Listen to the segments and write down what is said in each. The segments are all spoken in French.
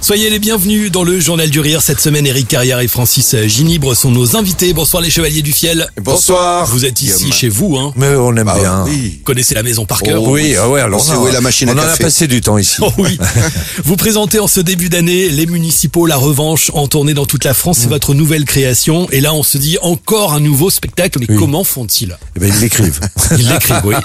Soyez les bienvenus dans le Journal du Rire. Cette semaine, Eric Carrière et Francis Ginibre sont nos invités. Bonsoir les Chevaliers du Fiel. Bonsoir. Vous êtes ici Guillaume. Ah chez vous, hein Mais on Bah, aime bien. Vous connaissez la maison par cœur Oh oui, ah ouais, alors On sait là, où est la machine à on en café. a passé du temps ici. Oh oui. Vous présentez en ce début d'année les municipaux La Revanche en tournée dans toute la France. Mm. C'est votre nouvelle création. Et là, on se dit encore un nouveau spectacle. Mais comment font-ils Eh ben, ils l'écrivent. Ils l'écrivent, oui.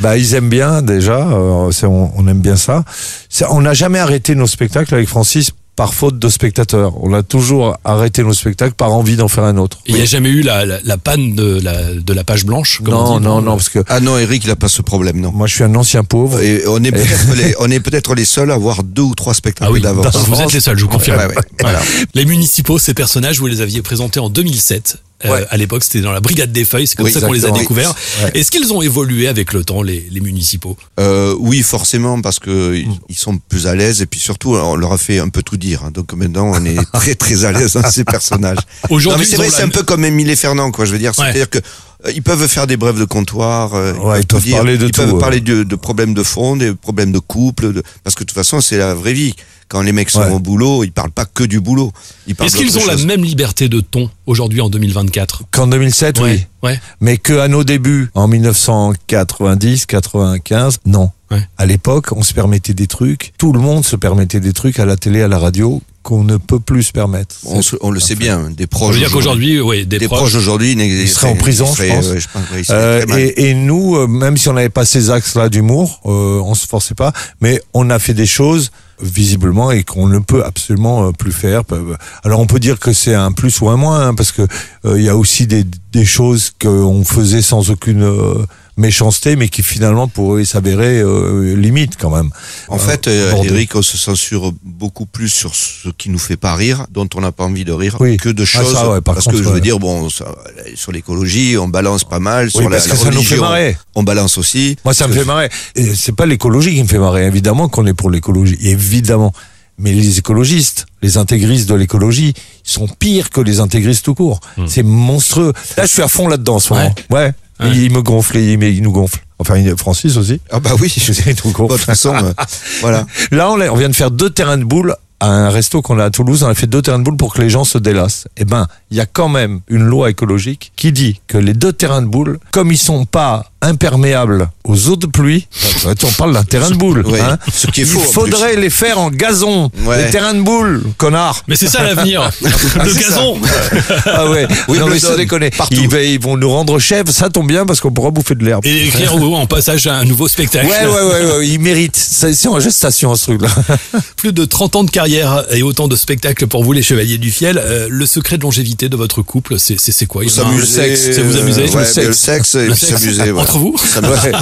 bah, ils aiment bien déjà, euh, c'est- on, on aime bien ça. C'est- On n'a jamais arrêté nos spectacles avec Francis par faute de spectateurs. On a toujours arrêté nos spectacles par envie d'en faire un autre. Il n'y a jamais eu la, la- la panne de la, de la page blanche comme on Non, dit, non, non, parce que Ah non, Eric, il a pas ce problème, non. moi je suis un ancien pauvre. Et on est peut-être les, on est peut-être les seuls à avoir deux ou trois spectacles Ah oui, d'avance. vous êtes les seuls, je vous confirme. Ouais, ouais. Voilà. Voilà. Les municipaux, ces personnages, vous les aviez présentés en 2007. Euh, Ouais. À l'époque, c'était dans la Brigade des Feuilles, c'est comme Oui, ça qu'on les a exactement. découverts. Est-ce qu'ils ont évolué avec le temps, les, les municipaux Euh, oui, forcément, parce que Mm. ils- ils sont plus à l'aise et puis surtout, on leur a fait un peu tout dire. hein. Donc maintenant, on est très très à l'aise dans ces personnages. Non, mais Aujourd'hui, ils c'est ont vrai, la- c'est un peu comme Émile et Fernand, quoi. Je veux dire, c'est-à-dire que euh, ils peuvent faire des brèves de comptoir. euh, Ouais, ils tout peuvent parler de ils tout, peuvent ouais. parler de, de problèmes de fond, des problèmes de couple, de- parce que de toute façon, c'est la vraie vie. Quand les mecs sont Ouais. au boulot, ils parlent pas que du boulot. Ils parlent Est-ce qu'ils d'autre ont la chose. même liberté de ton aujourd'hui en 2024 Qu'en 2007, oui. Ouais, ouais. Mais que à nos débuts, en 1990, 95, non. Ouais. À l'époque, on se permettait des trucs. Tout le monde se permettait des trucs à la télé, à la radio, qu'on ne peut plus se permettre. on, se- on le sait bien, des Je proches. veux dire qu'aujourd'hui, ouais, des, des proches. proches aujourd'hui n'existent seraient en prison, je pense. Euh, et, et nous, euh, même si on n'avait pas ces axes-là d'humour, euh, on se forçait pas, mais on a fait des choses visiblement et qu'on ne peut absolument euh, plus faire. Alors on peut dire que c'est un plus ou un moins, hein, parce que euh, il y a aussi des, des choses qu'on faisait sans aucune euh, méchanceté, mais qui finalement pourraient s'avérer euh, limite quand même. En Euh, fait, euh, bordel. Eric, on se censure beaucoup plus sur ce qui nous fait pas rire, dont on n'a pas envie de rire, Oui. que de Ah, choses. ça, ouais, par parce contre, que je veux ouais. dire, bon, ça, sur l'écologie, on balance pas mal. Oui, sur la, parce la que ça nous fait religion, marrer. on balance aussi. Moi, ça me fait marrer. Et c'est pas l'écologie qui me fait marrer. Évidemment qu'on est pour l'écologie. Évidemment. Mais les écologistes, les intégristes de l'écologie, ils sont pires que les intégristes tout court. Hmm. C'est monstrueux. Là, je suis à fond là-dedans en ce moment. Ouais. Ouais. Il me gonfle, il me- il nous gonfle. Enfin, il- Francis aussi. Ah bah oui, je sais. Il nous Bon, de gonfle. toute façon, euh, voilà. Là, on, l'a- on vient de faire deux terrains de boules à un resto qu'on a à Toulouse. On a fait deux terrains de boules pour que les gens se délassent. Eh ben, il y a quand même une loi écologique qui dit que les deux terrains de boules, comme ils sont pas imperméables aux eaux de pluie, on parle d'un terrain de boules, Ouais. hein, Ce qui est il faux. en plus. faudrait les faire en gazon. Ouais. Les terrains de boules, connard. Mais c'est ça l'avenir, le gazon. Ah ouais. Oui, non mais Wimbledon, sans déconner. partout. Ils, va- ils vont nous rendre chefs, ça tombe bien parce qu'on pourra bouffer de l'herbe. Et écrire ouais, en passage à un nouveau spectacle. Ouais, ouais, ouais, ouais, ils méritent. C'est c'est en gestation ce truc-là. Plus de 30 ans de carrière et autant de spectacles pour vous, les Chevaliers du Fiel. Euh, le secret de longévité de votre couple, c'est c'est- c'est quoi Il y en a un- S'amuser, C'est vous amuser euh, ouais, le mais le sexe. sexe et Le puis sexe. s'amuser. voilà. Entre vous Ouais.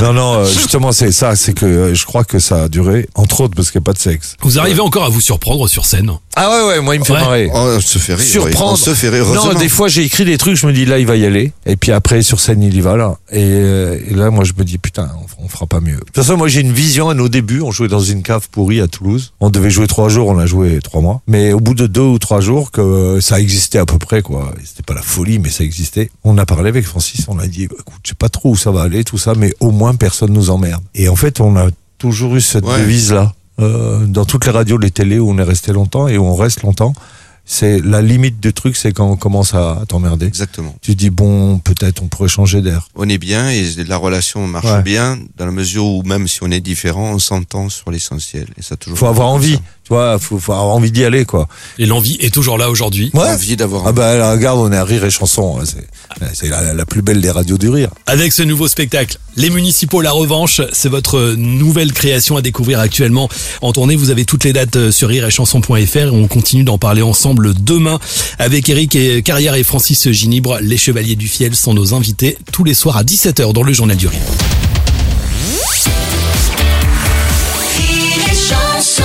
non, non, euh, justement, c'est ça, c'est que euh, je crois que ça a duré, entre autres, parce qu'il n'y a pas de sexe. Vous arrivez encore à vous surprendre sur scène. Ah ouais, ouais, moi, il me fait Ouais. marrer. Oh, on se fait rire. oui. Surprendre. On se fait rire. non, heureusement. des fois, j'ai écrit des trucs, je me dis, là, il va y aller. Et puis après, sur scène, il y va, là. Et, euh, et là, moi, je me dis, putain, on, on fera pas mieux. De toute façon, moi, j'ai une vision. À nos débuts, on jouait dans une cave pourrie à Toulouse. On devait jouer trois jours, on a joué trois mois. Mais au bout de deux ou trois jours, que euh, ça existait à peu près, quoi. C'était pas la folie, mais ça existait. On a parlé avec Francis, on a dit, écoute, je sais pas trop où ça va aller, tout ça, mais au moins, personne nous emmerde. Et en fait, on a toujours eu cette Ouais. devise-là. Euh, dans toutes les radios, les télés où on est resté longtemps et où on reste longtemps, c'est la limite du truc, c'est quand on commence à, à t'emmerder. Exactement. Tu dis bon, peut-être on pourrait changer d'air. on est bien et la relation marche Ouais. bien dans la mesure où même si on est différent, on s'entend sur l'essentiel et ça a toujours. Faut avoir été envie, comme tu vois, faut, faut avoir envie d'y aller quoi. Et l'envie est toujours là aujourd'hui. ça. Envie d'avoir. Ah bah là, regarde, on est à rire et chanson, hein, c'est c'est la, la plus belle des radios du rire. Avec ce nouveau spectacle, Les Municipaux, La Revanche, c'est votre nouvelle création à découvrir actuellement en tournée. Vous avez toutes les dates euh, sur rireetchanson.fr et on continue d'en parler ensemble demain avec Eric et Carrière et Francis Ginibre. Les Chevaliers du Fiel sont nos invités tous les soirs à 17h dans le Journal du Rire. Rire et chanson